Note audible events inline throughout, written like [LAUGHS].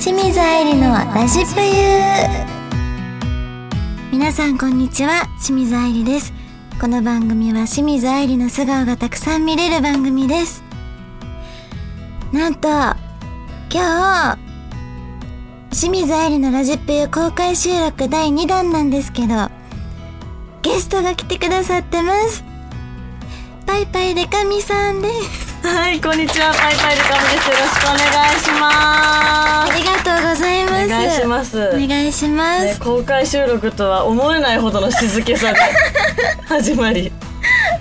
清水愛理の私ぷゆー皆さんこんにちは清水愛理ですこの番組は清水愛理の素顔がたくさん見れる番組ですなんと今日清水愛理のラジぷゆ公開収録第2弾なんですけどゲストが来てくださってますパイパイデカミさんですはい、こんにちは、パイパイでカムです。よろしくお願いしあます。りがとうございますお願いします。お願いします、ね公開収録とは思えないほどの静けさで始まり。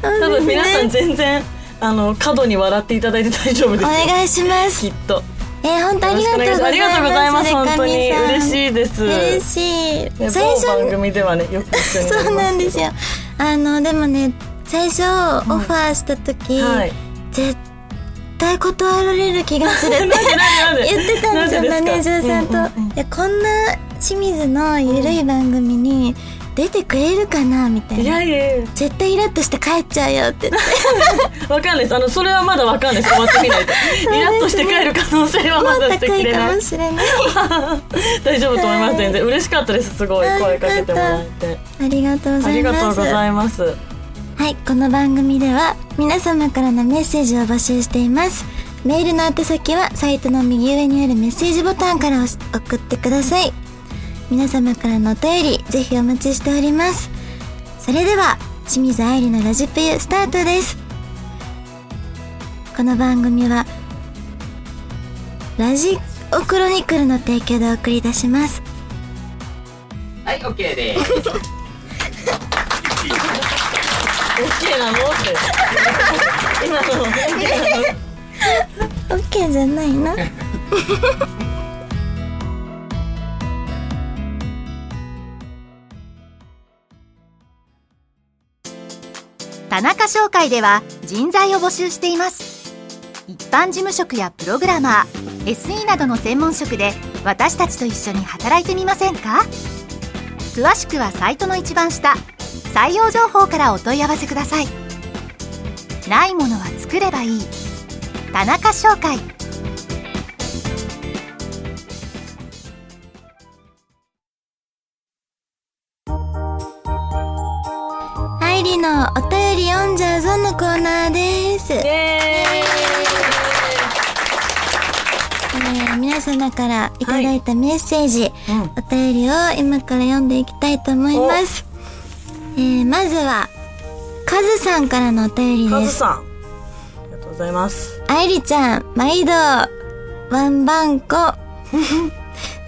多分皆さん全然あの過度に笑っていただいて大丈夫でおすよ。願いしますきっと。えー、本当あよろりしくがとおうござい願しますありがとうございます。デ本カ当にミさん嬉しいです。嬉しいね、最初某番組ではねよく一緒に。そうなんですすよあのでもね最初オファーした時、はい。絶対断られる気がするって [LAUGHS] なんで言ってたんですよマなネーでジャーさんと、うんうんうんいやこんな清水のゆるい番組に出てくれるかなみたいいなやいやいや絶対イラッとして帰っちゃうよって言ってわかんないです。あの、それはまだわかんないです。終わってみない [LAUGHS] と。イラッとして帰る可能性はもまうだ捨て高きいれかないも。しれない大丈夫と思います。全然嬉しかったです。すごいあー声かけてもらって。ありがとうごあざりいがまとうごすざいます。はい、この番組では皆様からのメッセージを募集しています。メールの宛先はサイトの右上にあるメッセージボタンからおし送ってください。皆様からのお便り、ぜひお待ちしております。それでは、清水愛理のラジプユスタートです。この番組は、ラジオクロニクルの提供でお送りいたします。はい、オッケーです。オッケーなのって。今の、 OK じゃない [LAUGHS] な。田中商会では人材を募集しています一般事務職やプログラマー SE などの専門職で私たちと一緒に働いてみませんか詳しくはサイトの一番下採用情報からお問い合わせくださいないものは作ればいい田中商会アイリのお便り読んじゃうぞのコーナーです。イエえー皆様からいただいたメッセージ、ーイうん。お便りを今から読んでいきたいと思います。えーまずは、カズさんからのお便りカでズす。さん。ありがとうございます。愛理ちゃん、毎度、ワンバン [LAUGHS] コ。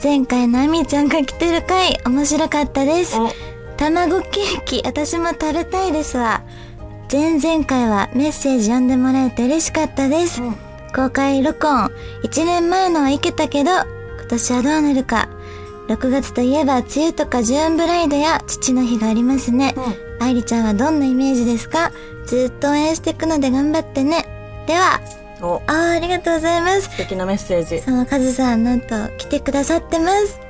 前回のあみちゃんが来てる回、面白かったです。お、卵ケーキ、私も食べたいですわ。前々回はメッセージ読んでもらえて嬉しかったです。うん公開録音、1年前のはいけたけど、今年はどうなるか。6月といえば、梅雨とかジューンブライドや父の日がありますね。愛理ちゃんはどんなイメージですかずっと応援していくので頑張ってね。では、うん。お、あーありがとうございます。素敵なメッセージ。そのカズさん、なんと来てくださってます。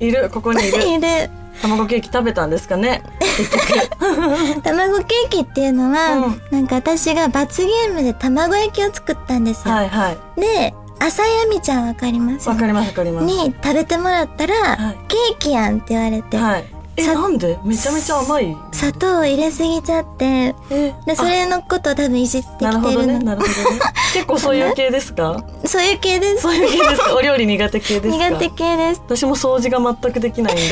お、いる、ここにいる。 [LAUGHS] いる。卵ケーキ食べたんですかね。卵ケーキっていうのは、うんなんか私が罰ゲームで卵焼きを作ったんですよ。はいはい。で、浅井亜美ちゃんわかりますわかりますわかります。に食べてもらったら、はいケーキやんって言われて、はい。え、さなんでめちゃめちゃ甘い。砂糖を入れすぎちゃって、えで、それのことを多分いじってきてなるほどるね、の。なるほど [LAUGHS] ね。結構そういう系ですかそういう系です。そういう系です [LAUGHS] かお料理苦手系ですか苦手系です。私も掃除が全くできないんで。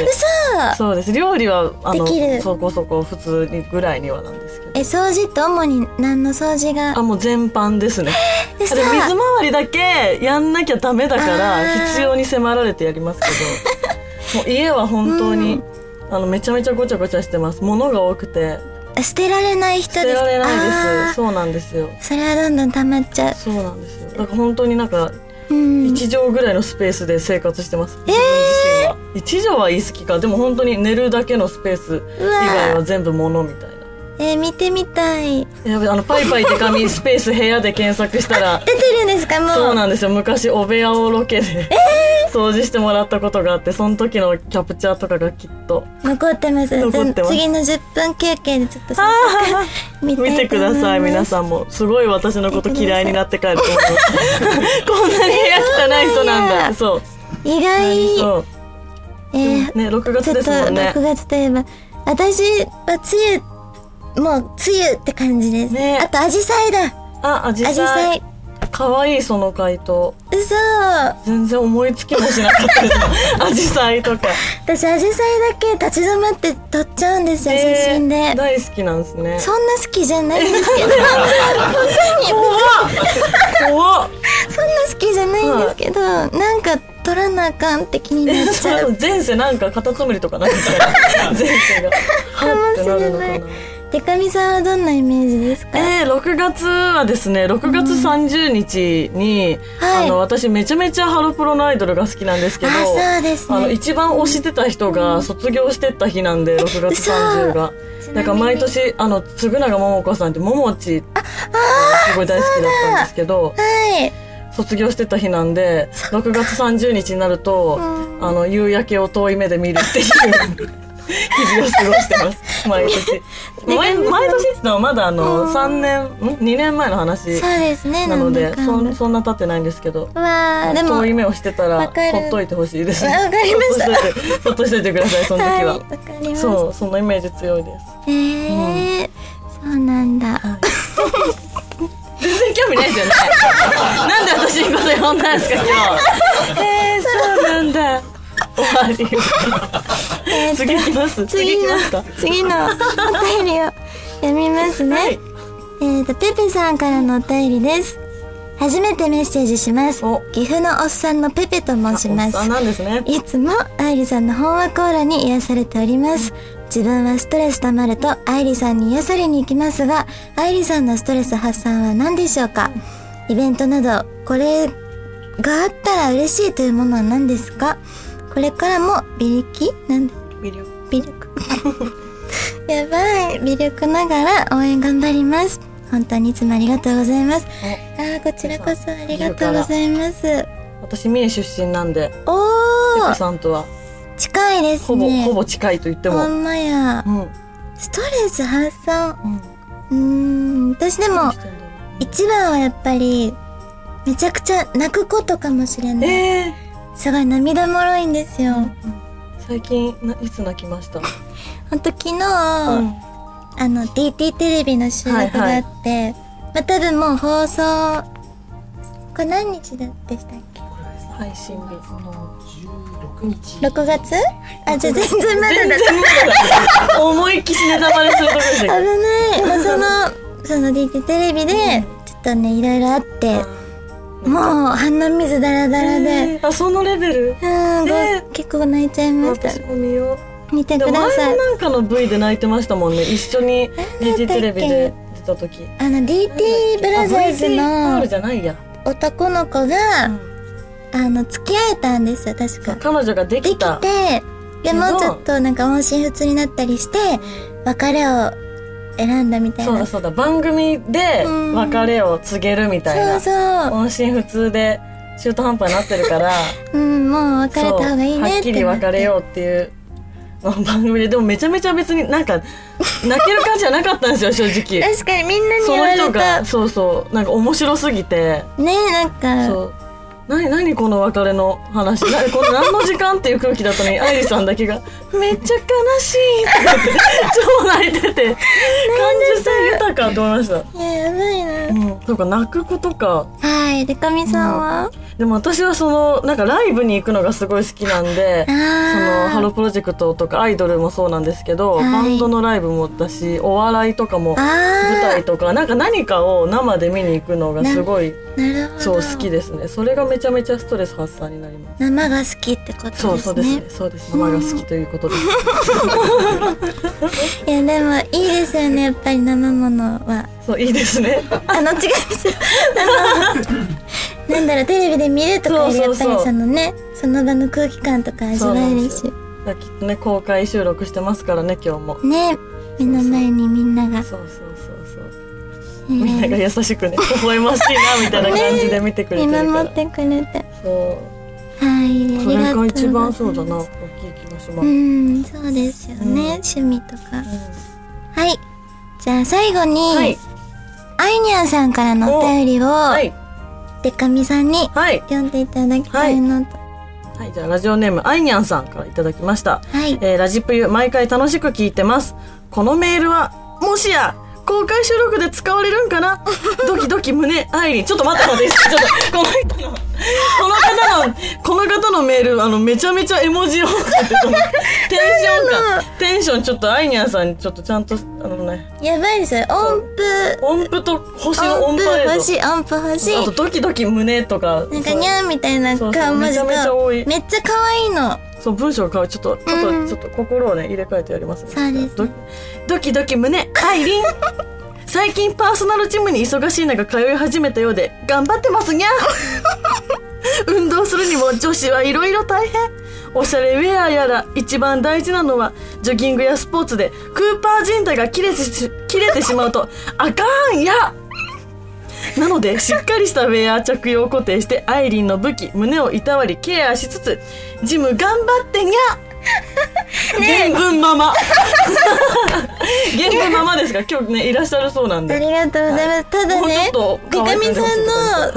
そうです。料理は、あのできる、そこそこ普通にぐらいにはなんですけど。え、掃除って主に何の掃除があ、もう全般ですね。であさで、水回りだけやんなきゃダメだかあーら、必要に迫られてやりますけ [LAUGHS] ど。もう家は本当に、あの、めちゃめちゃごちゃごちゃしてます。物が多くて、捨てられない人です。捨てられないであす。そうなんですよ。ーそれはどんどん溜まっちゃう。そうなんですよ。だから本当になんか、うん。 1畳ぐらいのスペースで生活してます、自分自身は1畳は言い過ぎかでも本当に寝るだけのスペース以外は全部物みたいなえー見てみたいやべあのパイパイ手紙スペース部屋で検索したら出てるんですかもうそうなんですよ昔お部屋をロケで、掃除してもらったことがあってその時のキャプチャーとかがきっと残ってます残ってます次の10分休憩でちょっとさ見見てください皆んさんもすごい私のこと嫌いになって帰ると [LAUGHS] 思うこんなに部屋汚い人なんだそう意外そうえーね6ちょ月っとですもんね6月といえば私は梅雨もう梅雨って感じです、ねあとアジサイだあアジアジササイイかわいいその回答嘘全然思いつきもしなかったです [LAUGHS] アジサイとか私アジサイだけ立ち止まって撮っちゃうんですよ、えー写真で大好きなんですねそんな好きじゃないんですけど [LAUGHS] 怖っそんな好きじゃないんですけど、なんか撮らなあかんって気になっちち [LAUGHS] ゃょうっと前世なんかカタツムリとかなんか [LAUGHS] 前世がはってなるのかなでかみさんはどんなイメージですか、えー、6月はですね6月30日に、はいあの私めちゃめちゃハロプロのアイドルが好きなんですけどあそうですあのね一番推してた人が卒業してった日なんで、6月嘘30が。なんか毎年、あの、嗣永桃子さんって、ももち、すごい大好きだったんですけど、はい卒業してった日なんで、6月30日になると、あの、夕焼けを遠い目で見る [LAUGHS] っていう日々を過ごしてます、毎 [LAUGHS] 年。毎毎年って言ってもまだあの、3年、ん ?2 年前の話そうですねなので、なんだかそんだんそんな経ってないんですけど、わあでも遠い目をしてたら、わかるほっといてほしいですね。わかりましたほっといてほっとしといてください、その時は。い、わかりましたそう、そのイメージ強いです。へえそうなんだ全然興味ないですよ [LAUGHS] ね。なんで私にこと呼んだんですか、今日。えー、そうなんだ。終わえーり。と次行きます。次次行きのますか。次のお便りを読みますね、はいえっ、とペペさんからのお便りです初めてメッセージしますお岐阜のおっさんのペペと申しますあなんですね。いつも愛理さんの本話コーラに癒されております。自分はストレス溜まると愛理さんに癒されに行きますが、愛理さんのストレス発散は何でしょうかイベントなど、これがあったら嬉しいというものは何ですかこれからも微力なんだ魅力微力。 [LAUGHS] やばい。微力ながら応援頑張ります。本当にいつもありがとうございます。あーこちらこそありがとうございます。私三重出身なんで、おペペーさんとは近いですほぼ、ね。ほぼ近いと言ってほも。んまやう。ん。うん。ストレス発散。うーん、私でも、一番はやっぱり、めちゃくちゃ泣くことかもしれない。えー、すごい涙もろいんですよ。最近ないつ泣きました。ほんと昨日、うんあの、DT テレビの収録があって、まあ、多分もう放送、これ何日だでしたっけ配信日。 ?6 月あ、じゃあ全然まだ全だ然。まだ思いっきしネタバレするところでし危たなけどい。まあ、その、そ [LAUGHS] の DT テレビで、ちょっとね、いろいろあって、もう鼻水だらだらで、えーあそのレベルうん、ごね結構泣いちゃいました。私も見よう見てでくもだ前さもい。なんかの V で泣いてましたもんね一緒にだっけ DT テレビで出た時あの DT ブラザーズあ VCR のじゃないや、男の子が、あの、付き合えたんですよ、確か。彼女がででききたて、でけどもうちょっとなんか音信不通になったりして、別れを選んだみたいそうな。だそそうだ番組でうん別れを告げるみたいうなそ音信不通で中途半端になってるからう。うん、もう別れた方がいいそうはねっってきりなって。別れようっていうのを番組ででもめちゃめちゃ別になんか泣ける感じじゃなかったんですよ正 [LAUGHS] 直確かにみんなにそ言わのれ人がた。そうそうなんか面白すぎて、ねなんか、そう何何この別れの話なこの何の時間っていう空気だったのに愛梨さんだけが「めっちゃ悲しい」って言って超泣いてて感受性豊かって思いました、いや、やばいな。うん、そうか泣くことかはい、でかみさんはでも私はそのなんかライブに行くのがすごい好きなんであーそのハロプロジェクトとかアイドルもそうなんですけど、はいバンドのライブもだしお笑いとかもあ舞台ーとかなんか何かを生で見に行くのがすごいなるほど。そう好きですねそれがめちゃめちゃストレス発散になります生が好きってことですね。そうそうですねそうです生が好きということですいやでもいいです [LAUGHS] よねやっぱり生ものは。そういいですねあの違います。あのなんだろうテレビで見るとかよりやそうっそぱうそりそうのねその場の空気感とか味わえるしそうきっとね公開収録してますからね今日もね目の前にみんなが、そうそうそうそうねみんなが優しくね微笑ましいなみたいな感じで見てくれて見るから、守ってくれてそはいあうりそがれとうございがます一番そうだな大きい気がします、ううんんそうですよね、うん趣味とかはいじゃあ最後に、はいあいにゃんさんからのお便りを、はいでかみさんにはい読んでいただきたいなとはいじゃあラジオネームあいにゃんさんからいただきましたはい、えーラジプユ毎回楽しく聞いてますこのメールはもしや公開収録で使われるん [LAUGHS] かなドキドキ胸愛にちょっと待ったのですちょっとこの人のこの方のこの方のメールあのめちゃめちゃ絵文字を使って [LAUGHS] そのテンションがテンションちょっとアイニャンさんにちょっとちゃんとあのねやばいですよ音符音符と星の音音符符あ欲しい音符欲しいとドキドキ胸とかなんかにゃーみたいなそうそう顔文字とめちゃめちゃ多いめっちゃ可愛いのそう文章を変えちょっとちょっと、うんちょっと心をね入れ替えてやりますね。そうですドドキドキ胸アイリン。最近パーソナルジムに忙しい中通い始めたようで頑張ってますにゃ。運動するにも女子はいろいろ大変。おしゃれウェアやら一番大事なのはジョギングやスポーツでクーパー人体が切れてし切れてしまうとあかんや。なのでしっかりしたウェア着用を固定してアイリンの武器胸をいたわりケアしつつジム頑張って [LAUGHS] にゃ、原文ママ [LAUGHS] 原文ママですが今日ねいらっしゃるそうなんあでりがとうございます、ただねもうちでょっと可か愛くみなって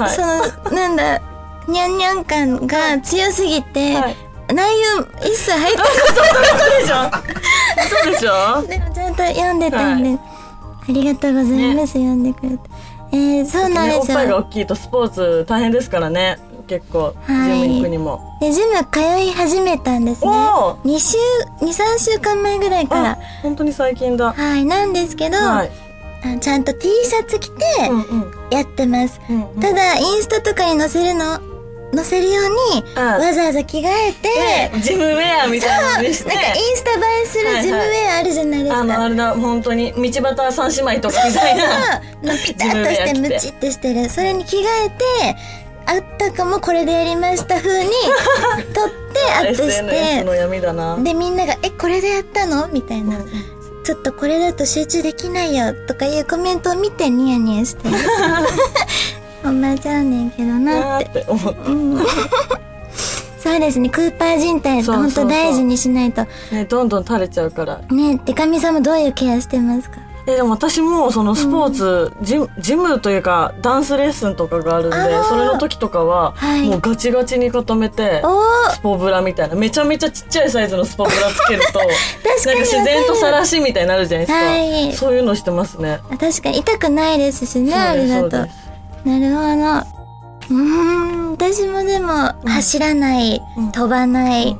ほしいさんの、はいそのなんだにゃんにゃん感が強すぎて、はい内容一切入ってそうでしょそうでしょでもちゃんと読んでたんで、ありがとうございます、読んでくれてえー、そうなんねおですっぱいがよ大きいとスポーツ大変ですからね結構ジはいム行くにも、でジム通い始めたんですねおー2週23週間前ぐらいからあ本当に最近だはいなんですけど、はいあちゃんと T シャツ着てうんうんやってます、うんうんただインスタとかに載せるの載せるようにあわざわざ着替えて、ジムウェアみたいなのにしそうてなんかインスタ映えするジムウェアあるじゃないですか、あのあれだ本当に道端三姉妹とかみたい [LAUGHS] なのピタッとしてムチってしてるそれに着替えてあったかもこれでやりました風 [LAUGHS] に撮ってアップし SNS のて闇だなでみんなが「えこれでやったの?」みたいなうん「ちょっとこれだと集中できないよ」とかいうコメントを見てニヤニヤ [LAUGHS] してますほんまちゃうねんけどななっーてって思うそうですねクーパー人体ってそうそほうんそうと大事にしないとねどんどん垂れちゃうからねてかみさんもどういうケアしてますかえでも私もそのスポーツ、ジムジムというかダンスレッスンとかがあるんであーそれの時とかは、はいもうガチガチに固めておースポブラみたいなめちゃめちゃちっちゃいサイズのスポブラつける [LAUGHS] と確かなんにか自然とさらしみたいになるじゃないですか、はいそういうのしてますねあ確かに痛くないですしねあそうでれすだそうとですなるほど。うーん、私もでも、走らない、うん飛ばない、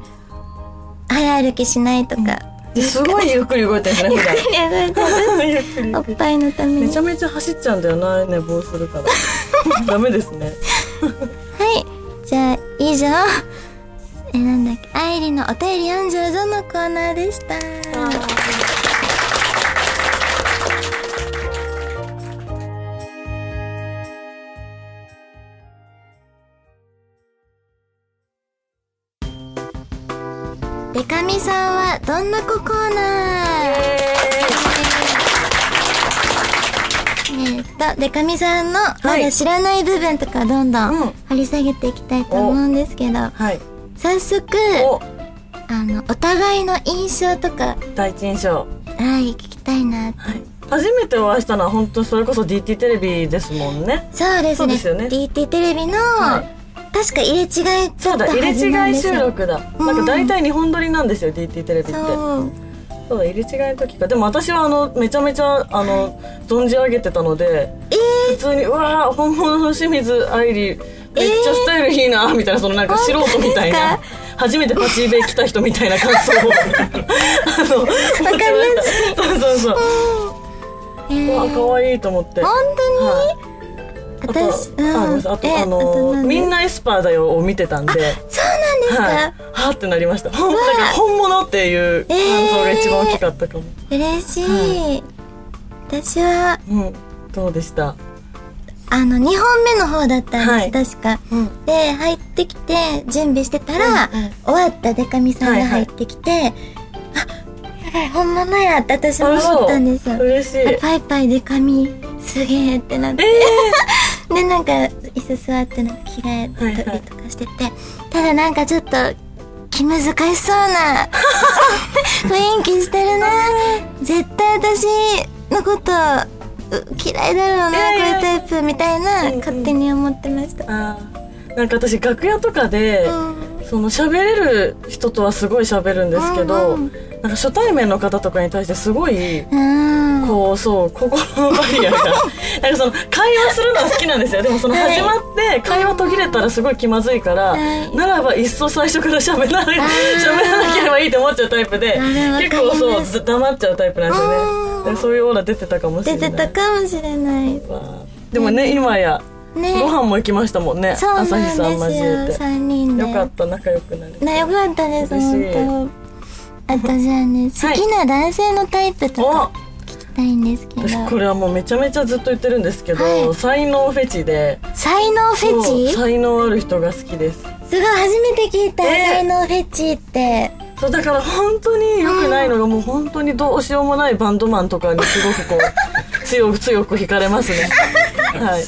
早歩きしないとか。ですごいゆっくり動いてるね普段いやだいたいゆっくりおっぱいのためめに。ちはゃめちゃ走っちゃうんだよな寝坊す [LAUGHS] るからダメですねい。じゃあ、以上。 [LAUGHS] え、なんだっけ、愛理のお便り40ぞのコーナーでした。でかみさんはどんな子コーナーえーっと、でかみさんのまだ知らない部分とかどんどうんん掘り下げていきたいと思うんですけど、はい早速、おあの、お互いの印象とか、第一印象はい、聞きたいな。はい初めてお会いしたのは本当それこそ DT テレビですもんねそうですそうね。ですよね DT テレビの、い確か入れ違いちそゃうっただは入れずなん違いです収よ。録だ、うんなんか大体日本撮りなんですよ DT テレビってそうそう。だ入れ違いの時かでも私はあのめちゃめちゃあの、存じ上げてたのでえ普通にうわー本物の清水愛理めっちゃスタイルいいなみたいなそのなんか素人みたい本な当で初めてパチーベ来た人みたいな感想 [LAUGHS] をあのわかりますそうそうそえう、ーうわ可愛いと思って本当に、はいあと私、あごめんなさいあとあのみんな、なエスパーだよを見てたんでそうなんですか、はい、はーってなりましたほんなんか本物っていう感想が一番大きかったかも、嬉しい。私は、うんどうでしたあの、2本目の方だったんです、確か。うんで、入ってきて、準備してたら、うんうん終わったデカミさんが入ってきて、から本物やって私も思ったんですよ。嬉しい。えパイパイで髪すげえってなって、でなんか椅子座ってなんか着替えたりとかしてて、ただなんかちょっと気難しそう [LAUGHS] な雰囲気してるな絶対私のことう嫌いだろうな、いやいやこういうタイプみたいな、うんうん勝手に思ってました。あーなんか私楽屋とかで、うんその喋れる人とはすごい喋るんですけど、うんなんか初対面の方とかに対してすごいうんこうそう心のバリア [LAUGHS] がなんかその会話するのは好きなんですよでもそのはい始まって会話途切れたらすごい気まずいから、はいならばいっそ最初から喋らな喋らなければいいと思っちゃうタイプであーわかり結ます構そうず黙っちゃうタイプなんですようねんでそういうオーラ出てたかもしれ出ないてたかもしれない。ね。わあでもね今やご飯も行きましたもんねそうなん朝日ですさん交えよ。て三人で。よかった仲良くなれてなよかったです嬉しい本当あとじゃあねは好いきな男性のタイプとおか聞きたいんですけど、私これはもうめちゃめちゃずっと言ってるんですけど、はい才能フェチで才能フェそうチすごい才能ある人が好きです初めて聞いた、ね才能フェチってそうだから本当に良くないのがもう本当にどうしようもないバンドマンとかにすごくこう強く [LAUGHS] 強く惹かれますね。はい。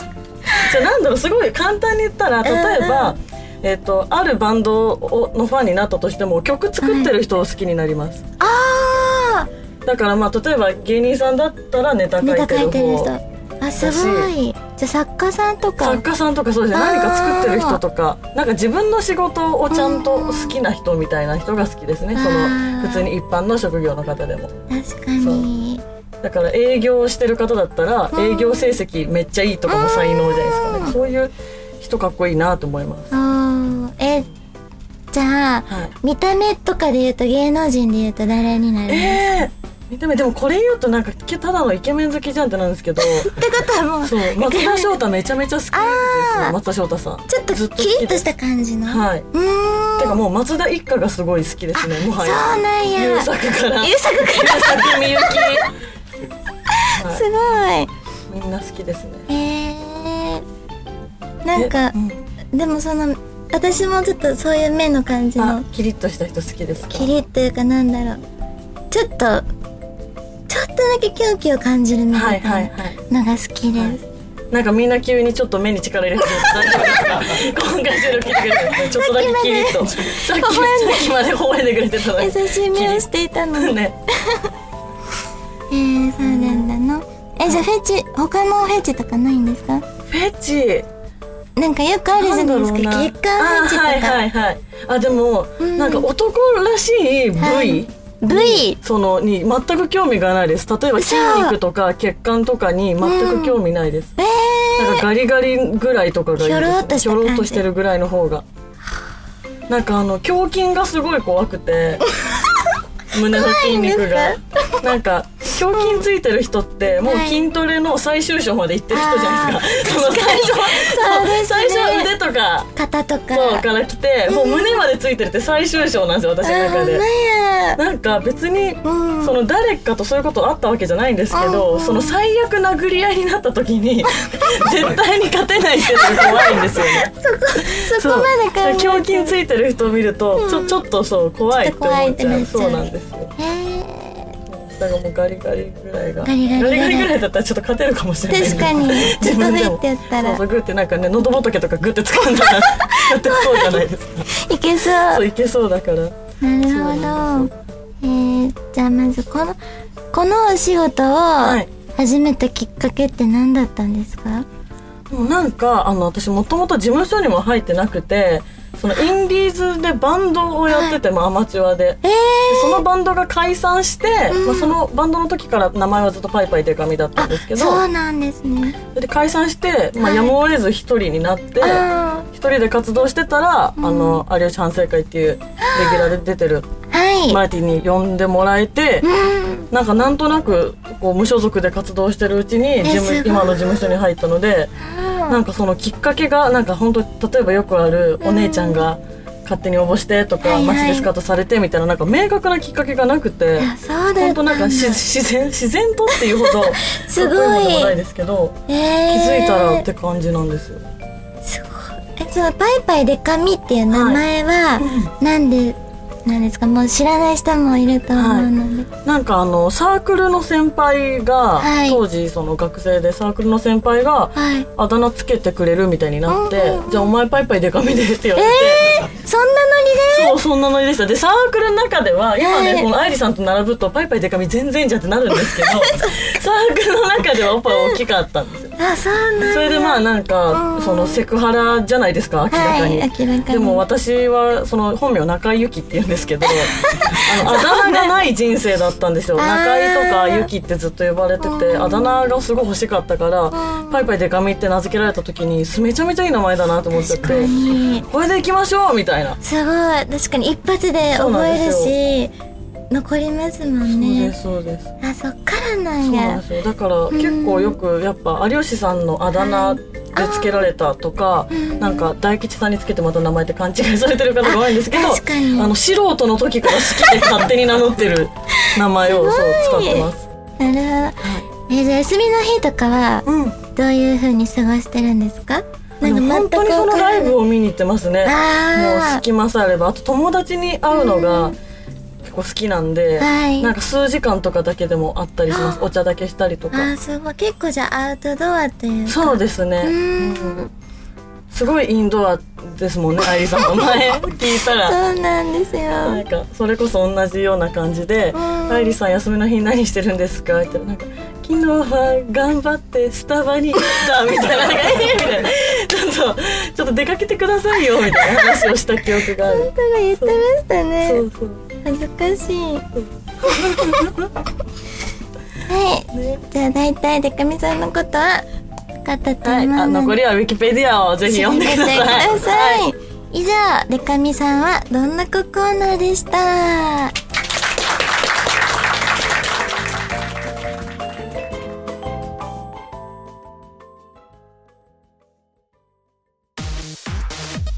じゃあなんだろうすごい簡単に言ったら例えば、えっ、とあるバンドをのファンになったとしても曲作ってる人を好きになります。ああだからまあ例えば芸人さんだったらネタ書ネいタて書るいてる人方。あすごいじゃあ作家さんとか作家さんとかそうですねあー何か作ってる人とかなんか自分の仕事をちゃんと好きな人みたいな人が好きですねそあのー普通に一般の職業の方でも確かにだから営業してる方だったらうん営業成績めっちゃいいとかも才能じゃないですかうんねそういう人かっこいいなと思いますうんえじゃあはい見た目とかで言うと芸能人で言うと誰になるっえー見た目でもこれ言うとなんかただのイケメン好きじゃんってなんで [LAUGHS] すけどてことはもうそう松田翔太めちゃめちゃ好きですあー松田翔太さんちょっとず好きキリッとでしすた感じの、はいうーんてかもう松田一家がすごい好きですねもはやそうなんや優作から優作か優作みゆきらすごみんな好きですねいえー、なんかえうんでもその私もちょっとそういう目の感じあのキリッとした人好きですかキリッというかなんだろうちょっとちょっとだけ狂気を感じる目みたはいいはいなのはいが好きです、なんかみんな急にちょっと目に力入れ始めた。大丈夫ですか今回収録聞いてくれてたちょっとだけキリッと。さっき、さっきまで微笑んでくれてた [LAUGHS] のに。優しい目をしていたのに、ね。えー、そうなんだのえじゃあフェチ他のフェチとかないんですかフェチ。なんかよくあるじゃないですか血な管フェんあチとか、はいはいはい。あ、でも、んなんか男らしい部位。はい部位そのに全く興味がないです例えば筋肉とか血管とかに全く興味ないです、えーなんかガリガリぐらいとかがいいです、ひょろっとしたひょ感じろっとしてるぐらいの方がなんかあの胸筋がすごい怖 [LAUGHS] くて胸の筋肉がなんか胸筋ついてる人ってもうはい筋トレの最終章まで行ってる人じゃないですか、 [LAUGHS] その最初そうですね最初腕とか肩とかそうから来てもう胸までついてるって最終章なんですよ私のあ中でほんまやなんか別にうんその誰かとそういうことあったわけじゃないんですけうんど、うんその最悪殴り合いになった時 [LAUGHS] に絶対に勝てないっていうのが怖いんですよねそこまで考えて胸筋ついてる人を見ると、ちょちょっとそう怖いって思っちゃうちょっと怖いそってなっちゃううなんですよえだからもうガリガリぐらいがガリガリぐらいぐらいだったらちょっと勝てるかもしれない確かに自分でちょっとグもッてやったらそうそうグってなんかね喉仏とかグって [LAUGHS] 掴んだらやってそうじゃないですかー、いけそうそういけそうだからなるほどえー、じゃあまずこのこのお仕事いを始めたきっかけって何だったんですか、もうなんかあの私もともと事務所にも入ってなくてそのインディーズでバンドをやってて、まあアマチュアで。えでそのバンドが解散して、まあ、そのバンドの時から名前はずっとパイパイデカミだったんですけー、どそうなんですねで解散して、まはあ、いやむを得ず一人になってあ一人で活動してたら、あの有吉反省会っていうレギュラーで出てるーはい、マーティに呼んでもらえて、うんなんかなんとなくこう無所属で活動してるうちに事務すごい今の事務所に入ったので。あなんかそのきっかけがなんか本当例えばよくあるお姉ちゃんが勝手に応募してとはかいはいマッチデスカートされてみたいななんか明確なきっかけがなくてーそうだ本った当んだなんかし自然自然とっていうほ [LAUGHS] どすごいかっこいいものでもないですけどえ気ー、づいたらって感じなんですよ。すごいえその「パイパイデカミ」っていう名前は、なんでなんですかもう知らない人もいると思うので、なんかあのサークルの先輩が、はい当時その学生でサークルの先輩が、はいあだ名つけてくれるみたいになって、うんうんうんじゃあお前パイパイデカめでって言われて、そんなノリでそうそんなノリでしたでサークルの中では今ね、はいこの愛理さんと並ぶとパイパイデカみ全然じゃってなるんですけどサークルの中ではおっぱい大きかったんですよあそうなんだそれでまあなんか、うんそのセクハラじゃないですか明らかに、はい明らかにでも私はその本名中井由紀って言うんです [LAUGHS] けどあのあだ名がない人生だったんですよあー中井とか由紀ってずっと呼ばれててあだ名がすごい欲しかったからんパイパイデカミって名付けられた時にめちゃめちゃいい名前だなと思っちゃっ確かてにこれで行きましょうみたいなすごい確かに一発で覚えるし残りますもんそうでねすそうですあそっからなそんうなんやですよだから結構よくやっぱ有吉さんのあだ名でつけられたとかなんか大吉さんにつけてまた名前って勘違いされてる方が多いんですけどあ確かにあの素人の時から好きで勝手 [LAUGHS] に名乗ってる名前をそう使ってます。なるほどえじゃあ休みの日とかはうん、どういう風に過ごしてるんですかでも本当にそのライブを見に行ってますね。もうあ隙間さえあればあと友達に会うのが結構好きなんで、はいなんか数時間とかだけでも会ったりしますお茶だけしたりとあかーすごい結構じゃあアウトドアっていうかそうですね、うんすごいインドアですもんね愛理さんの [LAUGHS] 前聞いたらそうなんですよなんかそれこそ同じような感じでうん愛理さん休みの日何してるんですか?」って言ったらなんか「昨日は頑張ってスタバに行った」みたいな「なんかええみたいな「ちょっと [LAUGHS] ちょっと出かけてくださいよ」みたいな話をした記憶がある本当だ言ってましたねそうそう恥ずかしい [LAUGHS] はいねじゃあ大体でかみさんのことは分かったとは思うい、あので、残りはウィキペディアをぜひ読んでください。調べてくだはさいい [LAUGHS] 以上でかみさんはどんな子コーナーでした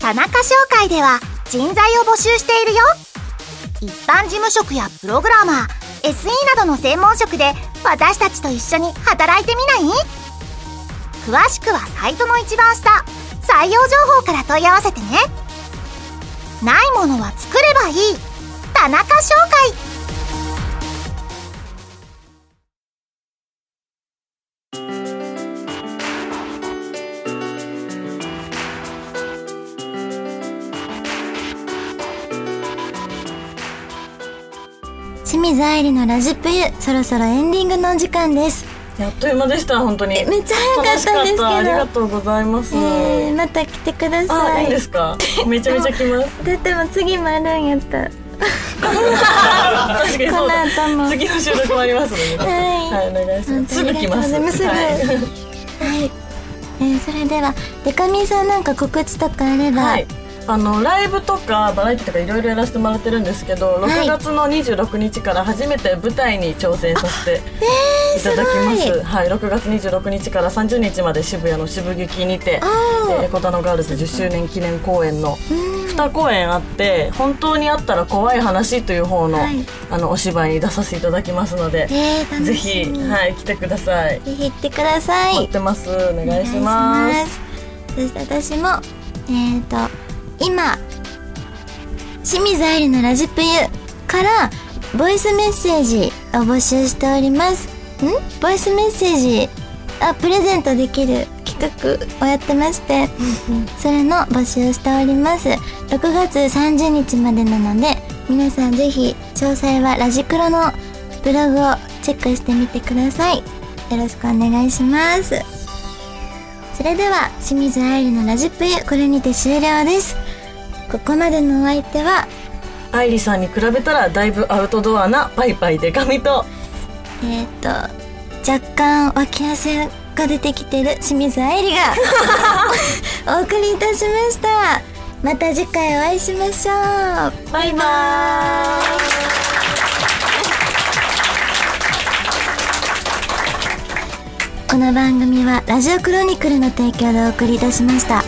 田中商会では人材を募集しているよ一般事務職やプログラマー SE などの専門職で私たちと一緒に働いてみない詳しくはサイトの一番下採用情報から問い合わせてねないものは作ればいい田中商会清水愛理のラジプユそろそろエンディングのお時間ですやっという間でした、本当に。えめっちゃ早かったんですけ楽しかったありがどとうございます。えー、また来てくだあ、さいいいんですか。め [LAUGHS] ちゃめちゃ来ます。だってもう次もあるんやった確かにそこうの後もだ。次の収録もありますので、はね。いお願いし本ま当す。すぐ来ます。ありがとうございますはいはい、えー、それではでかみさんなんか告知とかあれば、はい。あのライブとかバラエティとかいろいろやらせてもらってるんですけど、はい6月の26日から初めて舞台に挑戦させていただきまえーすす。ごはい、6月26日から30日まで渋谷の渋劇にて、おーえー、コタノガールズ10周年記念公演のうん2公演あって「本当にあったら怖い話」という方の,、はいあのお芝居に出させていただきますので、えー、楽しみぜひ、はい、来てください。ぜひ行ってください待ってます。お願いしまおす。願いしますそして私もえっ、と今清水愛理のラジプユからボイスメッセージを募集しておりますんボイスメッセージあプレゼントできる企画をやってま [LAUGHS] してそれの募集をしております6月30日までなので皆さんぜひ詳細はラジクロのブログをチェックしてみてくださいよろしくお願いしますそれでは清水愛理のラジプユこれにて終了ですここまでのお相手は、愛理さんに比べたらだいぶアウトドアなパイパイデカミとえっ、と、若干脇汗が出てきてる清水愛理が [LAUGHS] お送りいたしました。また次回お会いしましょう。バイバーイこの番組はラジオクロニクルの提供でお送りいたしました。